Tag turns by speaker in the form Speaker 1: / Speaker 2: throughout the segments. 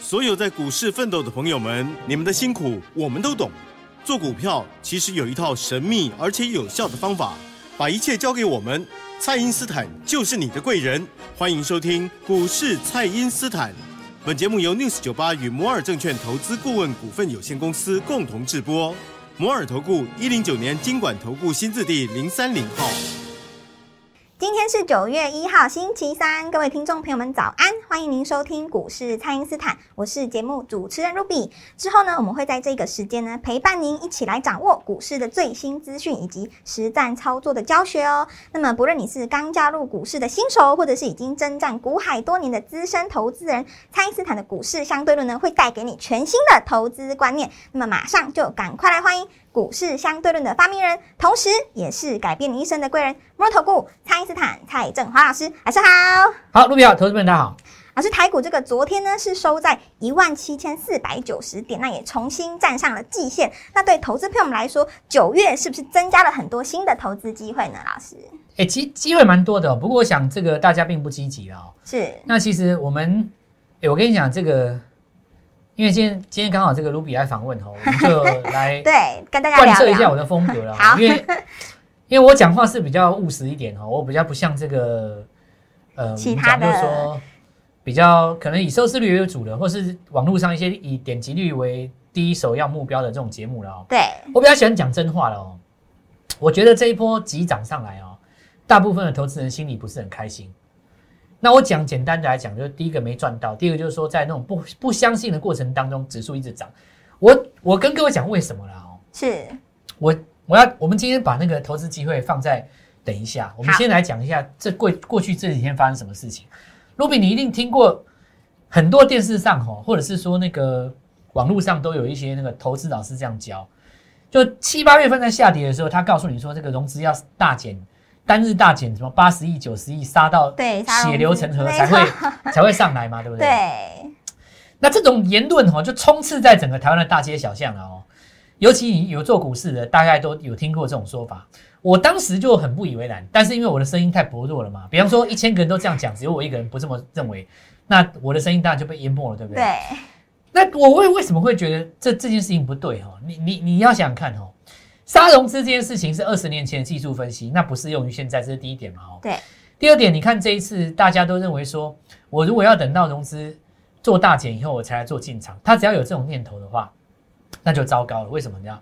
Speaker 1: 所有在股市奋斗的朋友们，你们的辛苦我们都懂。做股票其实有一套神秘而且有效的方法，把一切交给我们，蔡因斯坦就是你的贵人。欢迎收听《股市蔡因斯坦》，本节目由 News 九八与摩尔证券投资顾问股份有限公司共同制播，摩尔投顾一零九年经管投顾新字第零三零号。
Speaker 2: 今天是九月一号，星期三，各位听众朋友们早安，欢迎您收听股市蔡因斯坦，我是节目主持人 Ruby。之后呢，我们会在这个时间呢陪伴您一起来掌握股市的最新资讯以及实战操作的教学哦。那么，不论你是刚加入股市的新手，或者是已经征战股海多年的资深投资人，蔡因斯坦的股市相对论呢会带给你全新的投资观念。那么，马上就赶快来欢迎股市相对论的发明人，同时也是改变你一生的贵人——摩头顾蔡因斯坦蔡振华老师，晚上好。
Speaker 3: 好，陆比好，投资们大家好。
Speaker 2: 老师，台股这个昨天呢是收在一万七千四百九十点，那也重新站上了季线。那对投资朋友们来说，九月是不是增加了很多新的投资机会呢？老师
Speaker 3: 哎、其机会蛮多的、哦，不过我想这个大家并不积极了哦。
Speaker 2: 是
Speaker 3: 那其实我们，哎、我跟你讲这个，因为今天今天刚好这个卢比来访问哦，我们 就来
Speaker 2: 对跟大家
Speaker 3: 贯
Speaker 2: 聊
Speaker 3: 彻一下
Speaker 2: 聊
Speaker 3: 我的风格了哦、
Speaker 2: 好
Speaker 3: 因为因为我讲话是比较务实一点哦，我比较不像这个呃，
Speaker 2: 其他的
Speaker 3: 我们讲就是说比较可能以收视率为主的，或是网络上一些以点击率为第一首要目标的这种节目了哦。
Speaker 2: 对
Speaker 3: 我比较喜欢讲真话了哦。我觉得这一波急涨上来哦，大部分的投资人心里不是很开心。那我讲简单的来讲，就是第一个没赚到，第二个就是说在那种不不相信的过程当中，指数一直涨。我我跟各位讲为什么啦哦，
Speaker 2: 是
Speaker 3: 我我要我们今天把那个投资机会放在等一下，我们
Speaker 2: 好
Speaker 3: 先来讲一下这过过去这几天发生什么事情。卢比，你一定听过很多电视上吼，或者是说那个网络上都有一些那个投资老师这样教，就七八月份在下跌的时候，他告诉你说这个融资要大减，单日大减什么八十亿、九十亿，杀到
Speaker 2: 对杀融资
Speaker 3: 血流成河
Speaker 2: 没
Speaker 3: 才
Speaker 2: 错
Speaker 3: 会才会上来嘛，对不对？
Speaker 2: 对
Speaker 3: 那这种言论哦，就充斥在整个台湾的大街小巷了哦。尤其你有做股市的，大概都有听过这种说法。我当时就很不以为然，但是因为我的声音太薄弱了嘛，比方说一千个人都这样讲，只有我一个人不这么认为，那我的声音当然就被淹没了，对不对？
Speaker 2: 对
Speaker 3: 那我为为什么会觉得这这件事情不对哦？你你你要想想看哦，杀融资这件事情是二十年前的技术分析，那不适用于现在，这是第一点嘛哦。
Speaker 2: 对
Speaker 3: 第二点，你看这一次大家都认为说，我如果要等到融资做大减以后，我才来做进场，他只要有这种念头的话，那就糟糕了。为什么呢？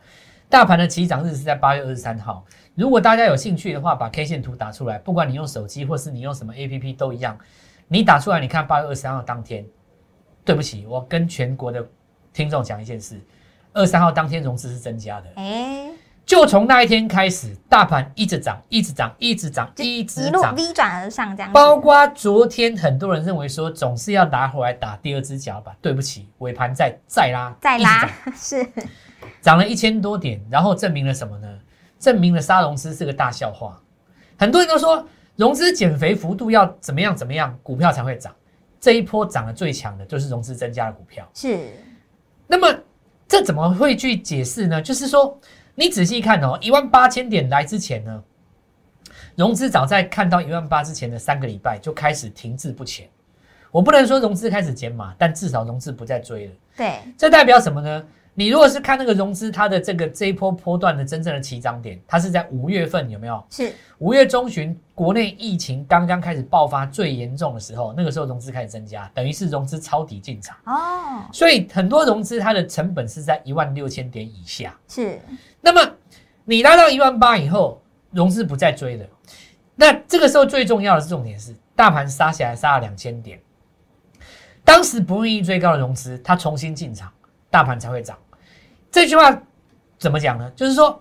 Speaker 3: 大盘的起涨日是在八月二十三号。如果大家有兴趣的话，把 K 线图打出来，不管你用手机或是你用什么 APP 都一样，你打出来，你看八月二十三号当天，对不起，我跟全国的听众讲一件事，二三号当天融资是增加的，
Speaker 2: 哎，
Speaker 3: 就从那一天开始，大盘一直涨，一直涨，一直涨，
Speaker 2: 就
Speaker 3: 一
Speaker 2: 一
Speaker 3: 直
Speaker 2: 路
Speaker 3: 涨。
Speaker 2: V 转而上这样子，
Speaker 3: 包括昨天很多人认为说，总是要拿回来打第二只脚吧。对不起，尾盘再再拉，
Speaker 2: 再
Speaker 3: 一直
Speaker 2: 拉
Speaker 3: 涨
Speaker 2: 是
Speaker 3: 涨了一千多点，然后证明了什么呢？证明了沙龙资是个大笑话。很多人都说融资减肥幅度要怎么样怎么样，股票才会涨。这一波涨得最强的就是融资增加的股票。
Speaker 2: 是
Speaker 3: 那么这怎么会去解释呢？就是说，你仔细看哦，一万八千点来之前呢，融资早在看到一万八之前的三个礼拜就开始停滞不前。我不能说融资开始减码，但至少融资不再追了。
Speaker 2: 对
Speaker 3: 这代表什么呢？你如果是看那个融资，它的这个这一波波段的真正的起涨点，它是在五月份，有没有？
Speaker 2: 是
Speaker 3: 五月中旬，国内疫情刚刚开始爆发最严重的时候，那个时候融资开始增加，等于是融资抄底进场。
Speaker 2: 哦
Speaker 3: 所以很多融资它的成本是在一万六千点以下。
Speaker 2: 是
Speaker 3: 那么你拉到一万八以后，融资不再追了。那这个时候最重要的重点是，大盘杀起来杀了两千点，当时不愿意追高的融资，它重新进场，大盘才会涨。这句话怎么讲呢？就是说，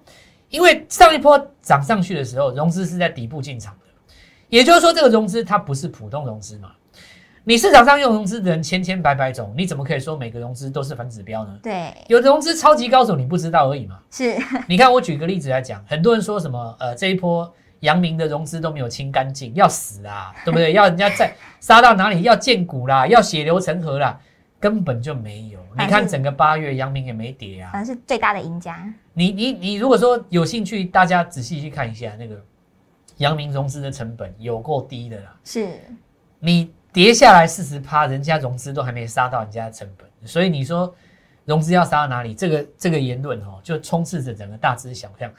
Speaker 3: 因为上一波涨上去的时候，融资是在底部进场的，也就是说，这个融资它不是普通融资嘛。你市场上用融资的人千千百百种，你怎么可以说每个融资都是反指标呢？
Speaker 2: 对
Speaker 3: 有的融资超级高手你不知道而已嘛。
Speaker 2: 是
Speaker 3: 你看，我举个例子来讲，很多人说什么呃，这一波阳明的融资都没有清干净，要死啊，对不对？要人家再杀到哪里，要见骨啦，要血流成河啦，根本就没有。你
Speaker 2: 反正
Speaker 3: 看整个八月，阳明也没跌
Speaker 2: 反
Speaker 3: 啊。
Speaker 2: 正是最大的赢家，
Speaker 3: 你你你，如果说有兴趣，大家仔细去看一下那个阳明融资的成本有够低的啦。
Speaker 2: 是
Speaker 3: 你跌下来四十趴，人家融资都还没杀到人家的成本，所以你说融资要杀到哪里？这个这个言论哦，就充斥着整个大资小项，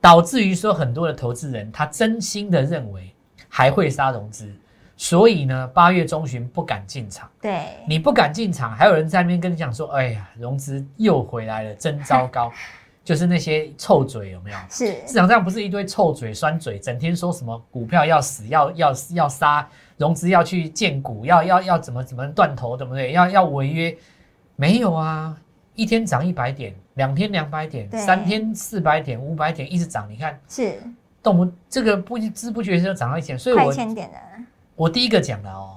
Speaker 3: 导致于说很多的投资人他真心的认为还会杀融资，所以呢，八月中旬不敢进场。
Speaker 2: 对，
Speaker 3: 你不敢进场，还有人在那边跟你讲说：“哎呀，融资又回来了，真糟糕。”就是那些臭嘴有没有？
Speaker 2: 是
Speaker 3: 市场上不是一堆臭嘴、酸嘴，整天说什么股票要死、要要要杀、融资要去建股、要要要怎么怎么断头，对不对？要要违约？没有啊，一天涨一百点，两天两百点，
Speaker 2: 对
Speaker 3: 三天四百点、五百点，一直涨。你看，
Speaker 2: 是
Speaker 3: 动不这个不知不觉就涨到一千，所以
Speaker 2: 快
Speaker 3: 我
Speaker 2: 千点的，
Speaker 3: 我第一个讲了哦，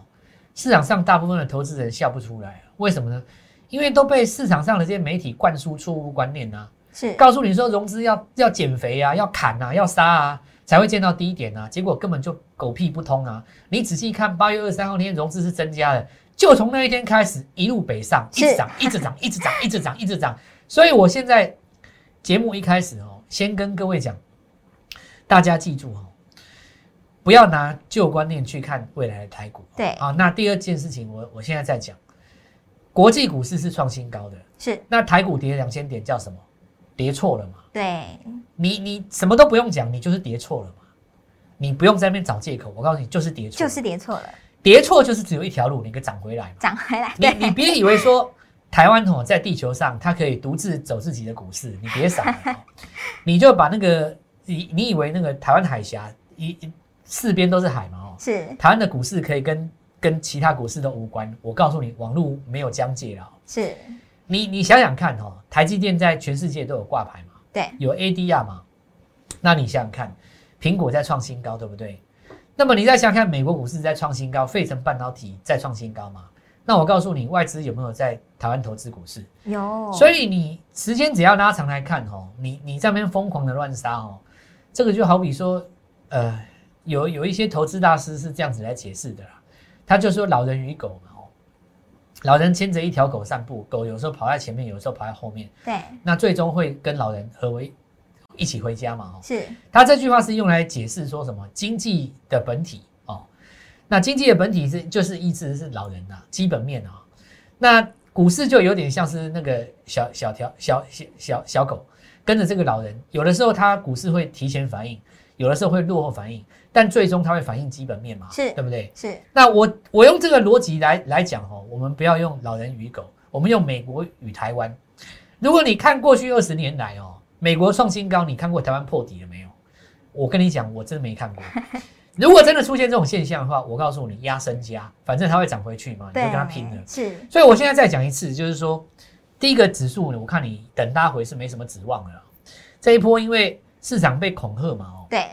Speaker 3: 市场上大部分的投资人笑不出来，为什么呢？因为都被市场上的这些媒体灌输错误观念啊，
Speaker 2: 是
Speaker 3: 告诉你说融资要要减肥啊，要砍啊，要杀啊，才会见到低点啊，结果根本就狗屁不通啊！你仔细看，八月二十三号那天融资是增加的，就从那一天开始一路北上，一
Speaker 2: 是
Speaker 3: 直涨，一直涨，一直涨，一直涨，一直涨。所以我现在节目一开始哦，先跟各位讲，大家记住哦，不要拿旧观念去看未来的台股。
Speaker 2: 对，
Speaker 3: 啊，那第二件事情我，我现在在讲，国际股市是创新高的，
Speaker 2: 是
Speaker 3: 那台股跌两千点叫什么？跌错了嘛？
Speaker 2: 对，
Speaker 3: 你你什么都不用讲，你就是跌错了嘛？你不用在那边找借口，我告诉你，就是跌错，
Speaker 2: 就是跌错了，
Speaker 3: 跌错，就是只有一条路，你给涨回来嘛。
Speaker 2: 涨回来，
Speaker 3: 你
Speaker 2: 对，
Speaker 3: 你别以为说台湾哦，在地球上它可以独自走自己的股市，你别傻了哦、 你就把那个你你以为那个台湾海峡一一四边都是海嘛哦，
Speaker 2: 是
Speaker 3: 台湾的股市可以跟跟其他股市都无关。我告诉你，网络没有疆界了哦。
Speaker 2: 是，
Speaker 3: 你你想想看哦，台积电在全世界都有挂牌嘛，
Speaker 2: 对，
Speaker 3: 有 ADR 嘛？那你想想看，苹果在创新高，对不对？那么你再想想看，美国股市在创新高，费城半导体在创新高嘛？那我告诉你，外资有没有在台湾投资股市？
Speaker 2: 有，
Speaker 3: 所以你时间只要拉长来看哦，你你在那边疯狂的乱杀哦，这个就好比说，呃，有有一些投资大师是这样子来解释的啦，他就说老人与狗嘛哦，老人牵着一条狗散步，狗有时候跑在前面，有时候跑在后面，
Speaker 2: 对，
Speaker 3: 那最终会跟老人合为一起回家嘛哦，
Speaker 2: 是
Speaker 3: 他这句话是用来解释说什么经济的本体哦。那经济的本体是就是意思是老人呐、基本面啊、那股市就有点像是那个小小条小小小小狗跟着这个老人，有的时候它股市会提前反应，有的时候会落后反应，但最终它会反映基本面嘛，
Speaker 2: 是
Speaker 3: 对不对？
Speaker 2: 是，
Speaker 3: 那我我用这个逻辑来来讲哦，我们不要用老人与狗，我们用美国与台湾。如果你看过去二十年来哦，美国创新高，你看过台湾破底了没有？我跟你讲，我真没看过。如果真的出现这种现象的话，我告诉你，压身家，反正它会涨回去嘛，你
Speaker 2: 对
Speaker 3: 就跟它拼了。，
Speaker 2: 是
Speaker 3: 所以我现在再讲一次，就是说，第一个指数呢，我看你等拉回是没什么指望了啦。这一波因为市场被恐吓嘛，哦，
Speaker 2: 对，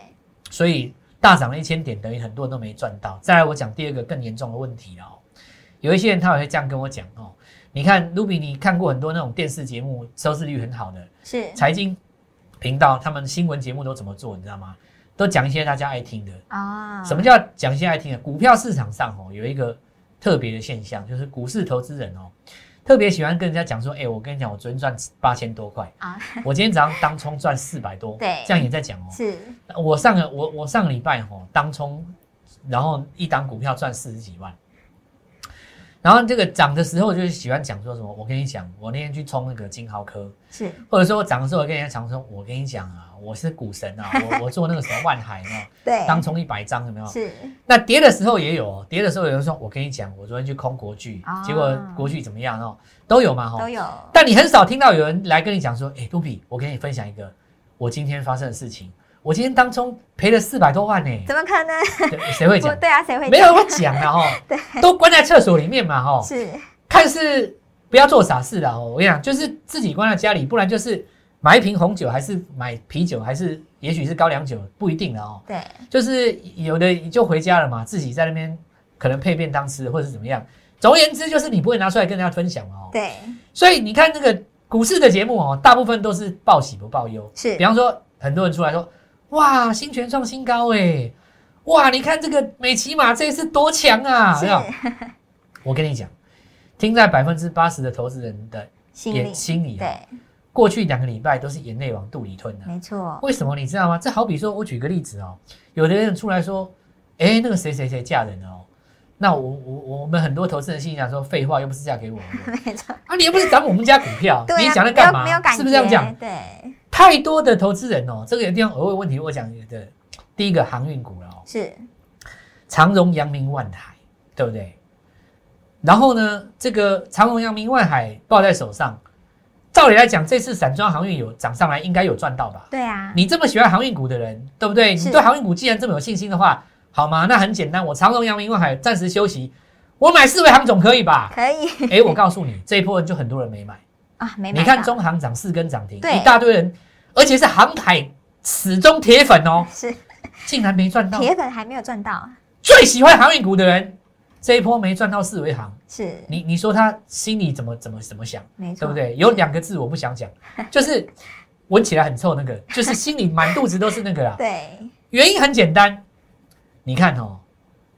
Speaker 3: 所以大涨了一千点，等于很多人都没赚到。再来，我讲第二个更严重的问题了哦，有一些人他也会这样跟我讲哦。你看，Ruby，你看过很多那种电视节目，收视率很好的
Speaker 2: 是
Speaker 3: 财经频道，他们新闻节目都怎么做，你知道吗？都讲一些大家爱听的。
Speaker 2: 啊，
Speaker 3: 什么叫讲一些爱听的？股票市场上哦，有一个特别的现象，就是股市投资人哦，特别喜欢跟人家讲说，哎、我跟你讲，我昨天赚八千多块，
Speaker 2: 啊？
Speaker 3: 我今天早上当冲赚四百多，
Speaker 2: 对
Speaker 3: 这样也在讲哦。
Speaker 2: 是
Speaker 3: 我上个我我上个礼拜吼、当冲，然后一档股票赚四十几万，然后这个涨的时候就是喜欢讲说什么，我跟你讲，我那天去冲那个金豪科，
Speaker 2: 是
Speaker 3: 或者说我涨的时候我跟人家讲说，我跟你讲啊，我是股 神啊，我我做那个什么万海呢，
Speaker 2: 对，
Speaker 3: 当冲一百张有没有？
Speaker 2: 是
Speaker 3: 那跌的时候也有哦，跌的时候有人说，我跟你讲，我昨天去空国巨，
Speaker 2: 啊
Speaker 3: 结果国巨怎么样哦，都有嘛吼、
Speaker 2: 都有，
Speaker 3: 但你很少听到有人来跟你讲说，哎、杜比，我跟你分享一个我今天发生的事情。我今天当中赔了四百多万呢、
Speaker 2: 怎么可能？
Speaker 3: 对谁会讲
Speaker 2: 不？对啊，谁会
Speaker 3: 没有人会讲的 哈，都关在厕所里面嘛哈
Speaker 2: 讲？，是
Speaker 3: 看似不要做傻事啦哦。我跟你讲，就是自己关在家里，不然就是买一瓶红酒，还是买啤酒，还是也许是高粱酒，不一定的哦。
Speaker 2: 对，
Speaker 3: 就是有的就回家了嘛，自己在那边可能配便当吃，或者是怎么样。总而言之，就是你不会拿出来跟大家分享嘛哦。
Speaker 2: 对，
Speaker 3: 所以你看那个股市的节目哦，大部分都是报喜不报忧。
Speaker 2: 是
Speaker 3: 比方说，很多人出来说：“哇，新全创新高哎，哇，你看这个美骑马这一次多强啊！”有没有
Speaker 2: 是
Speaker 3: 我跟你讲，听在百分之八十的投资人的
Speaker 2: 心
Speaker 3: 眼
Speaker 2: 理，
Speaker 3: 心里啊，
Speaker 2: 对，嗯
Speaker 3: 过去两个礼拜都是眼泪往肚里吞的。啊
Speaker 2: 没错，
Speaker 3: 为什么你知道吗？这好比说，我举个例子哦，有的人出来说：“哎、那个谁谁谁嫁人了哦，那我我我们很多投资人心里想说，废话又不是嫁给我们的
Speaker 2: 没错，
Speaker 3: 啊，你又不是涨我们家股票，
Speaker 2: 对啊
Speaker 3: 你讲那干嘛？
Speaker 2: 没有没有感觉，
Speaker 3: 是不是这样讲？
Speaker 2: 对，
Speaker 3: 太多的投资人哦，这个一定要额外问题，我讲的第一个航运股了哦，
Speaker 2: 是
Speaker 3: 长荣、阳明、万海，对不对？然后呢，这个长荣、阳明、万海抱在手上，照理来讲，这次散装航运有涨上来，应该有赚到吧？
Speaker 2: 对啊，
Speaker 3: 你这么喜欢航运股的人，对不对？
Speaker 2: 是
Speaker 3: 你对航运股既然这么有信心的话，好吗？那很简单，我长荣、阳明、万海暂时休息，我买四维航总可 以吧？
Speaker 2: 可以
Speaker 3: 哎、我告诉你，这一波人就很多人没买。
Speaker 2: 啊，没买
Speaker 3: 你看
Speaker 2: 到
Speaker 3: 中航涨四根涨停，
Speaker 2: 对
Speaker 3: 一大堆人，而且是航海始终铁粉哦，
Speaker 2: 是
Speaker 3: 竟然没赚到。
Speaker 2: 铁粉还没有赚到，
Speaker 3: 最喜欢航运股的人，这一波没赚到四维航，
Speaker 2: 是
Speaker 3: 你你说他心里怎么怎么怎么想，
Speaker 2: 没错，
Speaker 3: 对不？对？有两个字我不 想讲，就是闻起来很臭那个，就是心里满肚子都是那个啦。
Speaker 2: 对，
Speaker 3: 原因很简单，你看哦，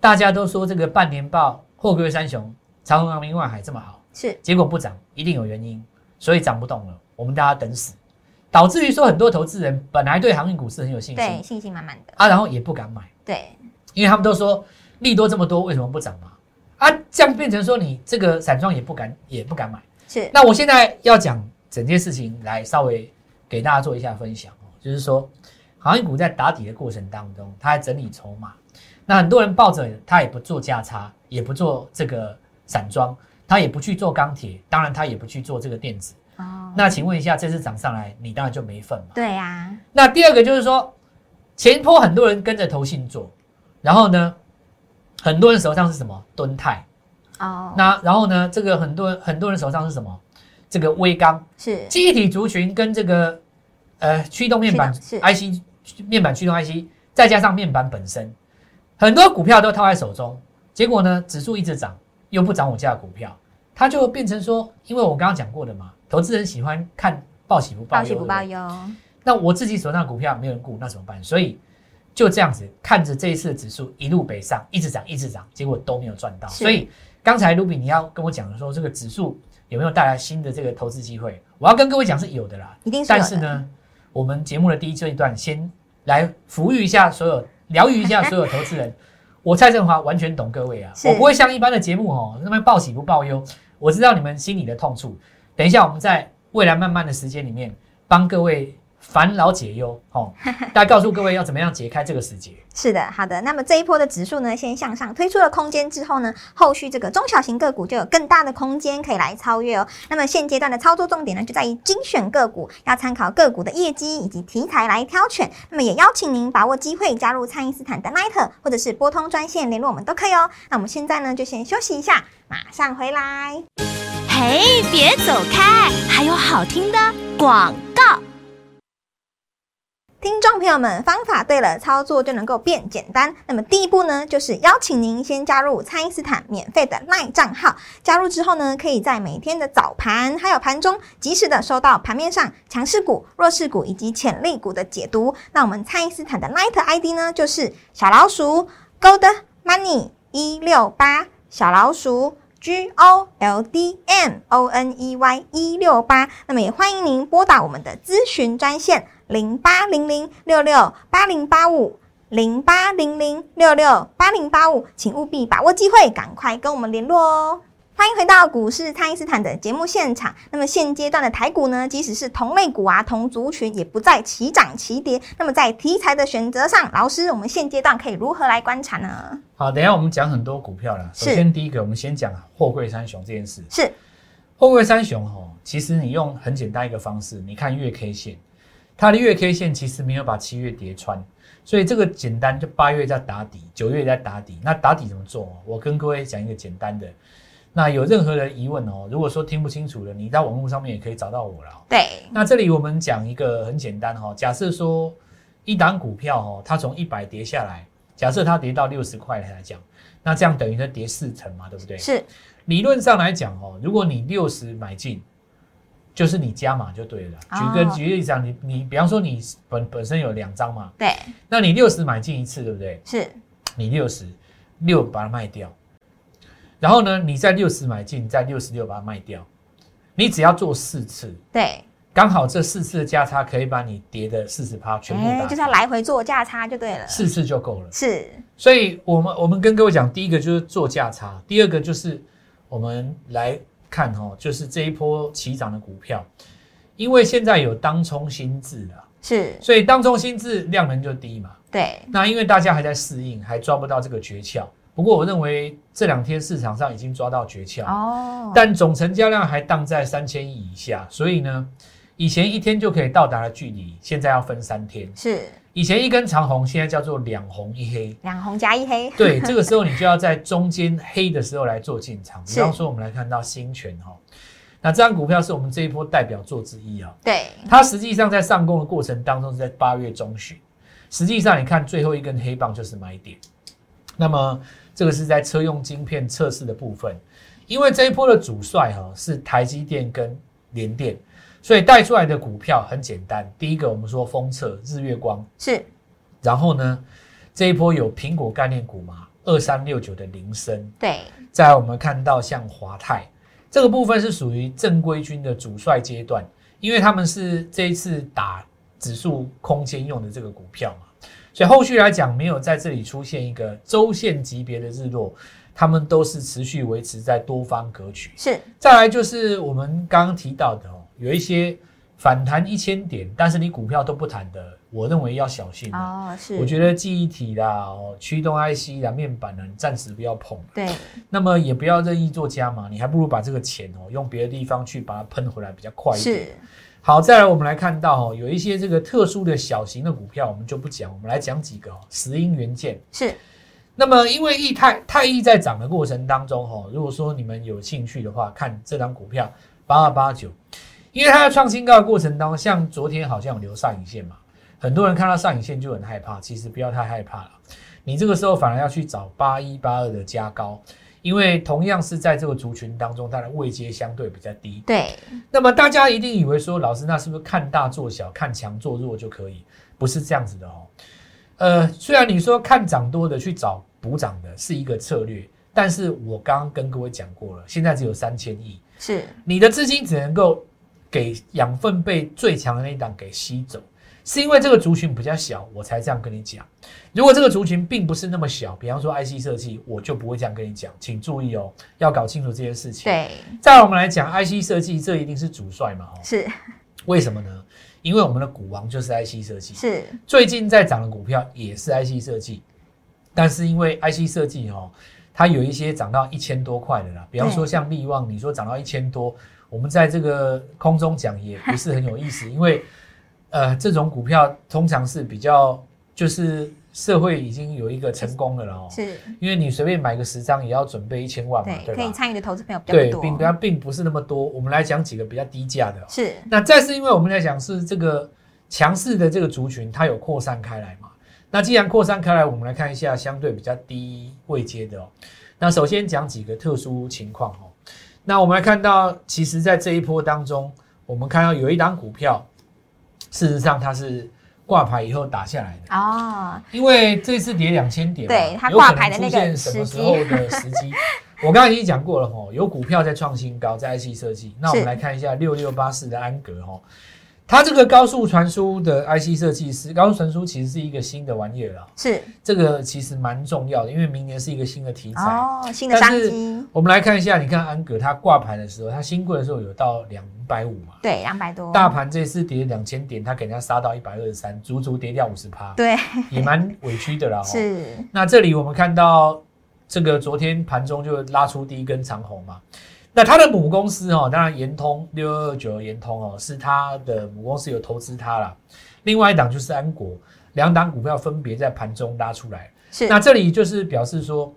Speaker 3: 大家都说这个半年报货柜三雄、长虹、阳明、万海这么好，
Speaker 2: 是
Speaker 3: 结果不涨，一定有原因，所以涨不动了，我们大家等死，导致于说很多投资人本来对航运股是很有信
Speaker 2: 对，
Speaker 3: 心
Speaker 2: 信心满满的，
Speaker 3: 啊，然后也不敢买，
Speaker 2: 对，
Speaker 3: 因为他们都说利多这么多，为什么不涨嘛？啊，这样变成说你这个散装也不敢也不敢买。
Speaker 2: 是
Speaker 3: 那我现在要讲整件事情来稍微给大家做一下分享哦，就是说航运股在打底的过程当中，它在整理筹码，那很多人抱着它也不做价差，也不做这个散装，它也不去做钢铁，当然它也不去做这个电子。
Speaker 2: 哦，
Speaker 3: 那请问一下，这次涨上来，你当然就没份嘛。
Speaker 2: 对啊，
Speaker 3: 那第二个就是说，前一波很多人跟着投信做，然后呢，很多人手上是什么？敦泰。
Speaker 2: 哦，
Speaker 3: 那然后呢，这个很多很多人手上是什么？这个微钢。
Speaker 2: 是
Speaker 3: 记忆体族群跟这个呃驱动面板
Speaker 2: 驱
Speaker 3: IC 面板驱动 IC，再加上面板本身，很多股票都套在手中，结果呢，指数一直涨，又不涨我家的股票，它就变成说，因为我刚刚讲过的嘛，投资人喜欢看报喜不报
Speaker 2: 报
Speaker 3: 忧，
Speaker 2: 喜不
Speaker 3: 对
Speaker 2: 报
Speaker 3: 对
Speaker 2: 忧，
Speaker 3: 那我自己手上的股票没有人顾，那怎么办？所以就这样子看着这一次的指数一路北上，一直涨，一直涨，结果都没有赚到。
Speaker 2: 是
Speaker 3: 所以刚才卢比你要跟我讲说，这个指数有没有带来新的这个投资机会？我要跟各位讲是有的啦，
Speaker 2: 一定是有
Speaker 3: 但
Speaker 2: 的
Speaker 3: 是呢，我们节目的第一这一段先来抚育一下所有，疗愈一下所有投资人。 我蔡振华完全懂各位啊，
Speaker 2: 是
Speaker 3: 我不会像一般的节目哦，那么报喜不报忧。我知道你们心里的痛处，等一下我们在未来慢慢的时间里面帮各位烦恼解忧哦， 大家告诉各位要怎么样解开这个死结。
Speaker 2: 是的，好的。那么这一波的指数呢，先向上推出了空间之后呢，后续这个中小型个股就有更大的空间可以来超越哦。那么现阶段的操作重点呢，就在于精选个股，要参考个股的业绩以及题材来挑选。那么也邀请您把握机会加入蔡因斯坦的 Light 或者是拨通专线联络我们都可以哦。那我们现在呢，就先休息一下，马上回来。
Speaker 4: 嘿，别走开，还有好听的广告。
Speaker 2: 听众朋友们，方法对了，操作就能够变简单。那么第一步呢，就是邀请您先加入蔡因斯坦免费的 LINE 账号。加入之后呢，可以在每天的早盘还有盘中，及时的收到盘面上强势股、弱势股以及潜力股的解读。那我们蔡因斯坦的 LINE ID 呢，就是小老鼠 Gold Money 一六八小老鼠 G O L D M O N E Y 一六八。那么也欢迎您拨打我们的咨询专线零八零零六六八零八五。零八零零六六八零八五，请务必把握机会，赶快跟我们联络哦。欢迎回到股市，蔡因斯坦的节目现场。那么现阶段的台股呢，即使是同类股啊、同族群，也不再齐涨齐跌。那么在题材的选择上，老师，我们现阶段可以如何来观察呢？
Speaker 3: 好，等一下我们讲很多股票啦。
Speaker 2: 是
Speaker 3: 首先第一个，我们先讲货柜三雄这件事。
Speaker 2: 是
Speaker 3: 货柜三雄哦，其实你用很简单一个方式，你看月 K 线，它的月 K 线其实没有把七月叠穿，所以这个简单就八月在打底，九月在打底。那打底怎么做哦？我跟各位讲一个简单的。那有任何的疑问哦，如果说听不清楚的，你到网络上面也可以找到我了哦。
Speaker 2: 对，
Speaker 3: 那这里我们讲一个很简单哈、哦，假设说一档股票哦，它从一百跌下来，假设它跌到六十块来讲，那这样等于它跌四成嘛，对不对？
Speaker 2: 是
Speaker 3: 理论上来讲哦，如果你六十买进，就是你加码就对了啦。举个
Speaker 2: 哦
Speaker 3: 举例子啊讲，你你比方说你本本身有两张嘛，
Speaker 2: 对，
Speaker 3: 那你六十买进一次，对不对？
Speaker 2: 是
Speaker 3: 你六十六把它卖掉，然后呢，你在六十买进，在六十六把它卖掉，你只要做四次，
Speaker 2: 对，
Speaker 3: 刚好这四次的价差可以把你跌的四十趴全部打
Speaker 2: 哎，
Speaker 3: 掉，
Speaker 2: 就是要来回做价差就对了。
Speaker 3: 四次就够了。
Speaker 2: 是，
Speaker 3: 所以我们我们跟各位讲，第一个就是做价差，第二个就是我们来看哦，就是这一波起涨的股票，因为现在有当冲心智了，
Speaker 2: 是，
Speaker 3: 所以当冲心智量能就低嘛。
Speaker 2: 对，
Speaker 3: 那因为大家还在适应，还抓不到这个诀窍。不过我认为这两天市场上已经抓到诀窍，
Speaker 2: 哦，
Speaker 3: 但总成交量还荡在三千亿以下，所以呢，以前一天就可以到达的距离，现在要分三天。
Speaker 2: 是
Speaker 3: 以前一根长红，现在叫做两红一黑。
Speaker 2: 两红加一 黑，
Speaker 3: 对，这个时候你就要在中间黑的时候来做进场。比
Speaker 2: 是
Speaker 3: 方说，我们来看到新权哈，那这张股票是我们这一波代表作之一啊。
Speaker 2: 对，
Speaker 3: 它实际上在上攻的过程当中是在八月中旬，实际上你看最后一根黑棒就是买点。那么这个是在车用晶片测试的部分，因为这一波的主帅哈、是台积电跟联电，所以带出来的股票很简单。第一个我们说封测日月光，
Speaker 2: 是，
Speaker 3: 然后呢这一波有苹果概念股嘛，二三六九的铃声，
Speaker 2: 对，
Speaker 3: 再来我们看到像华泰这个部分是属于正规军的主帅阶段，因为他们是这一次打指数空间用的这个股票嘛，所以后续来讲没有在这里出现一个周线级别的日落，他们都是持续维持在多方格局。
Speaker 2: 是，
Speaker 3: 再来就是我们刚刚提到的哦，有一些反弹一千点，但是你股票都不谈的，我认为要小心啊。
Speaker 2: 哦，是，
Speaker 3: 我觉
Speaker 2: 得
Speaker 3: 得记忆体啦、哦驱动 IC 啦、面板呢，你暂时不要碰。
Speaker 2: 对，
Speaker 3: 那么也不要任意做加码，你还不如把这个钱哦用别的地方去把它喷回来比较快一点。
Speaker 2: 是，
Speaker 3: 好，再来我们来看到哦，有一些这个特殊的小型的股票，我们就不讲，我们来讲几个哦，石英元件。
Speaker 2: 是，
Speaker 3: 那么因为易泰泰易在涨的过程当中哦，如果说你们有兴趣的话，看这张股票八二八九，因为它在创新高的过程当中，像昨天好像有留上影线嘛，很多人看到上影线就很害怕，其实不要太害怕了。你这个时候反而要去找八一八二的加高，因为同样是在这个族群当中，它的位阶相对比较低。
Speaker 2: 对，
Speaker 3: 那么大家一定以为说，老师那是不是看大做小、看强做弱就可以？不是这样子的哦。呃，虽然你说看涨多的去找补涨的是一个策略，但是我刚刚跟各位讲过了，现在只有三千亿，
Speaker 2: 是，
Speaker 3: 你的资金只能够给养分被最强的那一档给吸走，是因为这个族群比较小，我才这样跟你讲。如果这个族群并不是那么小，比方说 IC 设计，我就不会这样跟你讲，请注意哦，要搞清楚这件事情。。
Speaker 2: 对，
Speaker 3: 再来我们来讲 IC 设计，这一定是主帅嘛，哦，
Speaker 2: 是，
Speaker 3: 为什么呢？因为我们的股王就是 IC 设计，
Speaker 2: 是，
Speaker 3: 最近在涨的股票也是 IC 设计，但是因为 IC 设计哦，它有一些涨到一千多块的啦，比方说像利旺，你说涨到一千多，我们在这个空中讲 也不是很有意思，因为呃，这种股票通常是比较就是社会已经有一个成功的了哦，
Speaker 2: 是，
Speaker 3: 因为你随便买个十张也要准备一千万嘛，
Speaker 2: 对，
Speaker 3: 对
Speaker 2: 可以
Speaker 3: 吧？
Speaker 2: 参与的投资朋友比
Speaker 3: 对，
Speaker 2: 较
Speaker 3: 并
Speaker 2: 多，
Speaker 3: 它并不是那么多，我们来讲几个比较低价的哦、
Speaker 2: 是，
Speaker 3: 那再是因为我们来讲是这个强势的这个族群，它有扩散开来嘛。那既然扩散开来，我们来看一下相对比较低位阶的哦。那首先讲几个特殊情况哦。那我们来看到，其实在这一波当中，我们看到有一档股票，事实上它是挂牌以后打下来的，
Speaker 2: 哦，
Speaker 3: 因为这次跌两千点嘛，
Speaker 2: 对它
Speaker 3: 有可
Speaker 2: 挂
Speaker 3: 能
Speaker 2: 牌的那个
Speaker 3: 出现什么时候的时 机？我刚才已经讲过了哦，有股票在创新高，在 IC 设计。那我们
Speaker 2: 是
Speaker 3: 来看一下六六八四的安格哦，它这个高速传输的 IC 设计师，高速传输其实是一个新的玩意儿啦，
Speaker 2: 是，
Speaker 3: 这个其实蛮重要的，因为明年是一个新的题材。
Speaker 2: 哦，新的商机，
Speaker 3: 我们来看一下，你看安格它挂牌的时候，它新贵的时候有到两百五嘛，
Speaker 2: 对，两百多，
Speaker 3: 大盘这次跌两千点，它给人家杀到一百二十三，足足跌掉五十趴，
Speaker 2: 对，
Speaker 3: 也蛮委屈的啦、哦。
Speaker 2: 是，
Speaker 3: 那这里我们看到这个昨天盘中就拉出第一根长红嘛。那它的母公司哦，当然延通六二二九延通哦，是它的母公司有投资它啦。另外一档就是安国，两档股票分别在盘中拉出来。
Speaker 2: 是，
Speaker 3: 那这里就是表示说，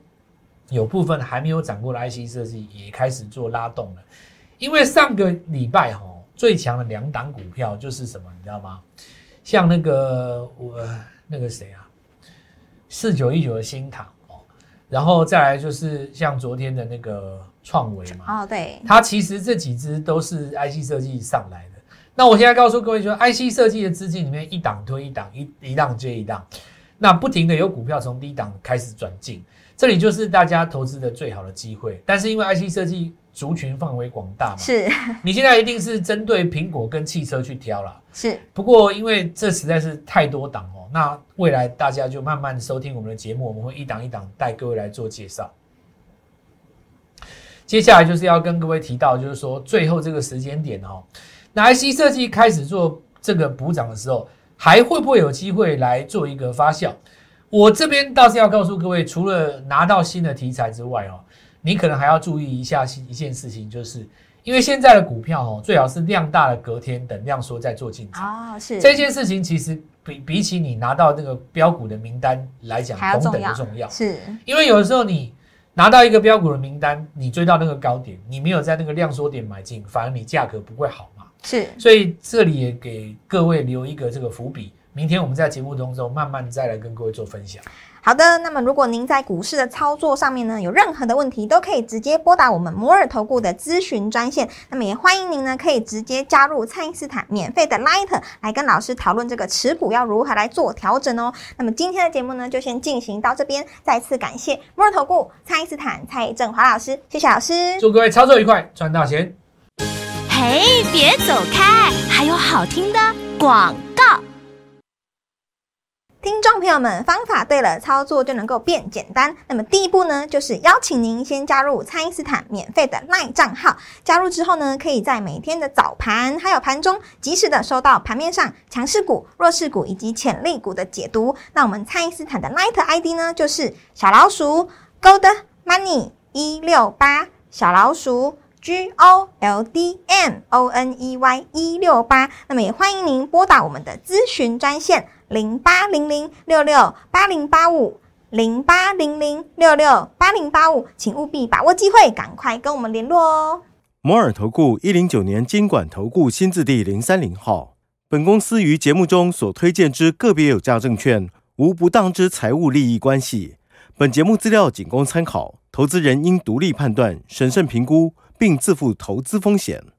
Speaker 3: 有部分还没有涨过的 IC 设计也开始做拉动了，因为上个礼拜哈、最强的两档股票就是什么，你知道吗？像那个呃我那个谁啊，四九一九的新塘哦，然后再来就是像昨天的那个创维嘛，
Speaker 2: 哦，对，
Speaker 3: 它其实这几只都是 IC 设计上来的。那我现在告诉各位说，IC 设计的资金里面一档推一档，一一档接一档，那不停的有股票从低档开始转进，这里就是大家投资的最好的机会。但是因为 IC 设计族群范围广大嘛，
Speaker 2: 是
Speaker 3: 你现在一定是针对苹果跟汽车去挑啦。
Speaker 2: 是，
Speaker 3: 不过因为这实在是太多档哦，那未来大家就慢慢收听我们的节目，我们会一档一档带各位来做介绍。接下来就是要跟各位提到，就是说最后这个时间点哦，那 IC 设计开始做这个补涨的时候，还会不会有机会来做一个发酵？我这边倒是要告诉各位，除了拿到新的题材之外哦，你可能还要注意一下一件事情，就是因为现在的股票哦，最好是量大了隔天等量缩再做进场。
Speaker 2: 哦是，
Speaker 3: 这件事情其实比比起你拿到那个标股的名单来讲
Speaker 2: 还要，
Speaker 3: 同
Speaker 2: 重
Speaker 3: 等的
Speaker 2: 要
Speaker 3: 重要，
Speaker 2: 是
Speaker 3: 因为有的时候你拿到一个标股的名单，你追到那个高点，你没有在那个量缩点买进，反而你价格不会好嘛。
Speaker 2: 是
Speaker 3: 所以这里也给各位留一个这个伏笔，明天我们在节目当中慢慢再来跟各位做分享。
Speaker 2: 好的，那么如果您在股市的操作上面呢有任何的问题，都可以直接拨打我们摩尔投顾的咨询专线。那么也欢迎您呢可以直接加入蔡因斯坦免费的 Light 来跟老师讨论这个持股要如何来做调整哦。那么今天的节目呢就先进行到这边，再次感谢摩尔投顾蔡因斯坦蔡振华老师，谢谢老师。
Speaker 3: 祝各位操作愉快，赚大钱！
Speaker 4: 嘿，别走开，还有好听的广告。
Speaker 2: 听众朋友们，方法对了，操作就能够变简单。那么第一步呢，就是邀请您先加入蔡因斯坦免费的 LINE 账号。加入之后呢，可以在每天的早盘还有盘中，及时的收到盘面上强势股、弱势股以及潜力股的解读。那我们蔡因斯坦的 LINE ID 呢，就是小老鼠 Gold Money 一六八小老鼠 G O L D M O N E Y 一六八。那么也欢迎您拨打我们的咨询专线零八零零六六八零八五。零八零零六六八零八五，请务必把握机会，赶快跟我们联络哦。
Speaker 1: 摩尔投顾一零九年经管投顾新字第零三零号。本公司于节目中所推荐之个别有价证券，无不当之财务利益关系。本节目资料仅供参考，投资人应独立判断、审慎评估，并自负投资风险。